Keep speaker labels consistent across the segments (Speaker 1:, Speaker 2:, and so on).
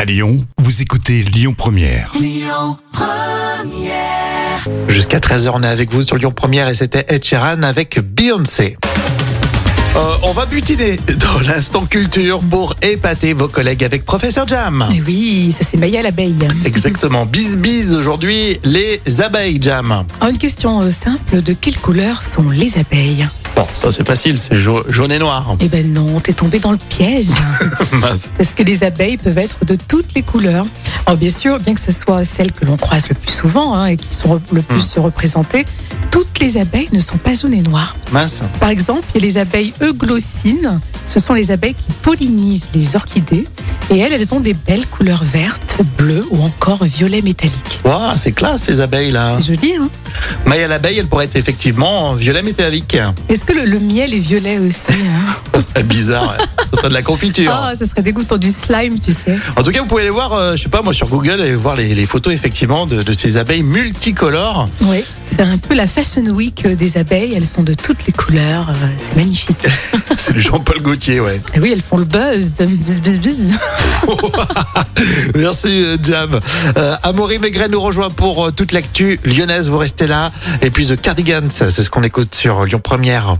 Speaker 1: À Lyon, vous écoutez Lyon Première.
Speaker 2: Jusqu'à 13h, on est avec vous sur Lyon Première et c'était Ed Sheeran avec Beyoncé. Euh, on va butiner dans l'instant culture pour épater vos collègues avec Professeur Jam.
Speaker 3: Eh oui, ça s'est maillé à l'abeille.
Speaker 2: Exactement, bis bis aujourd'hui, les abeilles Jam.
Speaker 3: En une question euh, simple, de quelle couleur sont les abeilles
Speaker 2: Bon, ça c'est facile, c'est jau- jaune et noir.
Speaker 3: Eh ben non, t'es tombé dans le piège. hein.
Speaker 2: Mince.
Speaker 3: parce que les abeilles peuvent être de toutes les couleurs. Alors bien sûr, bien que ce soit celles que l'on croise le plus souvent hein, et qui sont re- le plus représentées, toutes les abeilles ne sont pas jaunes et noires.
Speaker 2: Mince.
Speaker 3: Par exemple, il y a les abeilles euglossines. Ce sont les abeilles qui pollinisent les orchidées. Et elles, elles ont des belles couleurs vertes, bleues ou encore violet métallique.
Speaker 2: Waouh, c'est classe ces abeilles là.
Speaker 3: C'est joli, hein
Speaker 2: Maille à l'abeille, elle pourrait être effectivement violet métallique. Euh,
Speaker 3: Est-ce que le, le miel est violet aussi hein
Speaker 2: Bizarre, ouais. ça serait de la confiture.
Speaker 3: Ah, ça serait dégoûtant du slime, tu sais.
Speaker 2: En tout cas, vous pouvez aller voir, euh, je sais pas, moi sur Google, aller voir les, les photos effectivement de, de ces abeilles multicolores.
Speaker 3: Oui. C'est un peu la Fashion Week euh, des abeilles. Elles sont de toutes les couleurs. euh, C'est magnifique.
Speaker 2: C'est du Jean-Paul Gaultier, ouais.
Speaker 3: Et oui, elles font le buzz. Bzz, bzz, bzz.
Speaker 2: Merci euh, Jam. Euh, Amaury Maigret nous rejoint pour euh, toute l'actu lyonnaise. Vous restez là. Et puis The Cardigans, c'est ce qu'on écoute sur Lyon Première.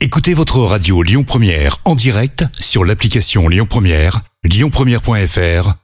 Speaker 1: Écoutez votre radio Lyon Première en direct sur l'application Lyon Première, lyonpremière.fr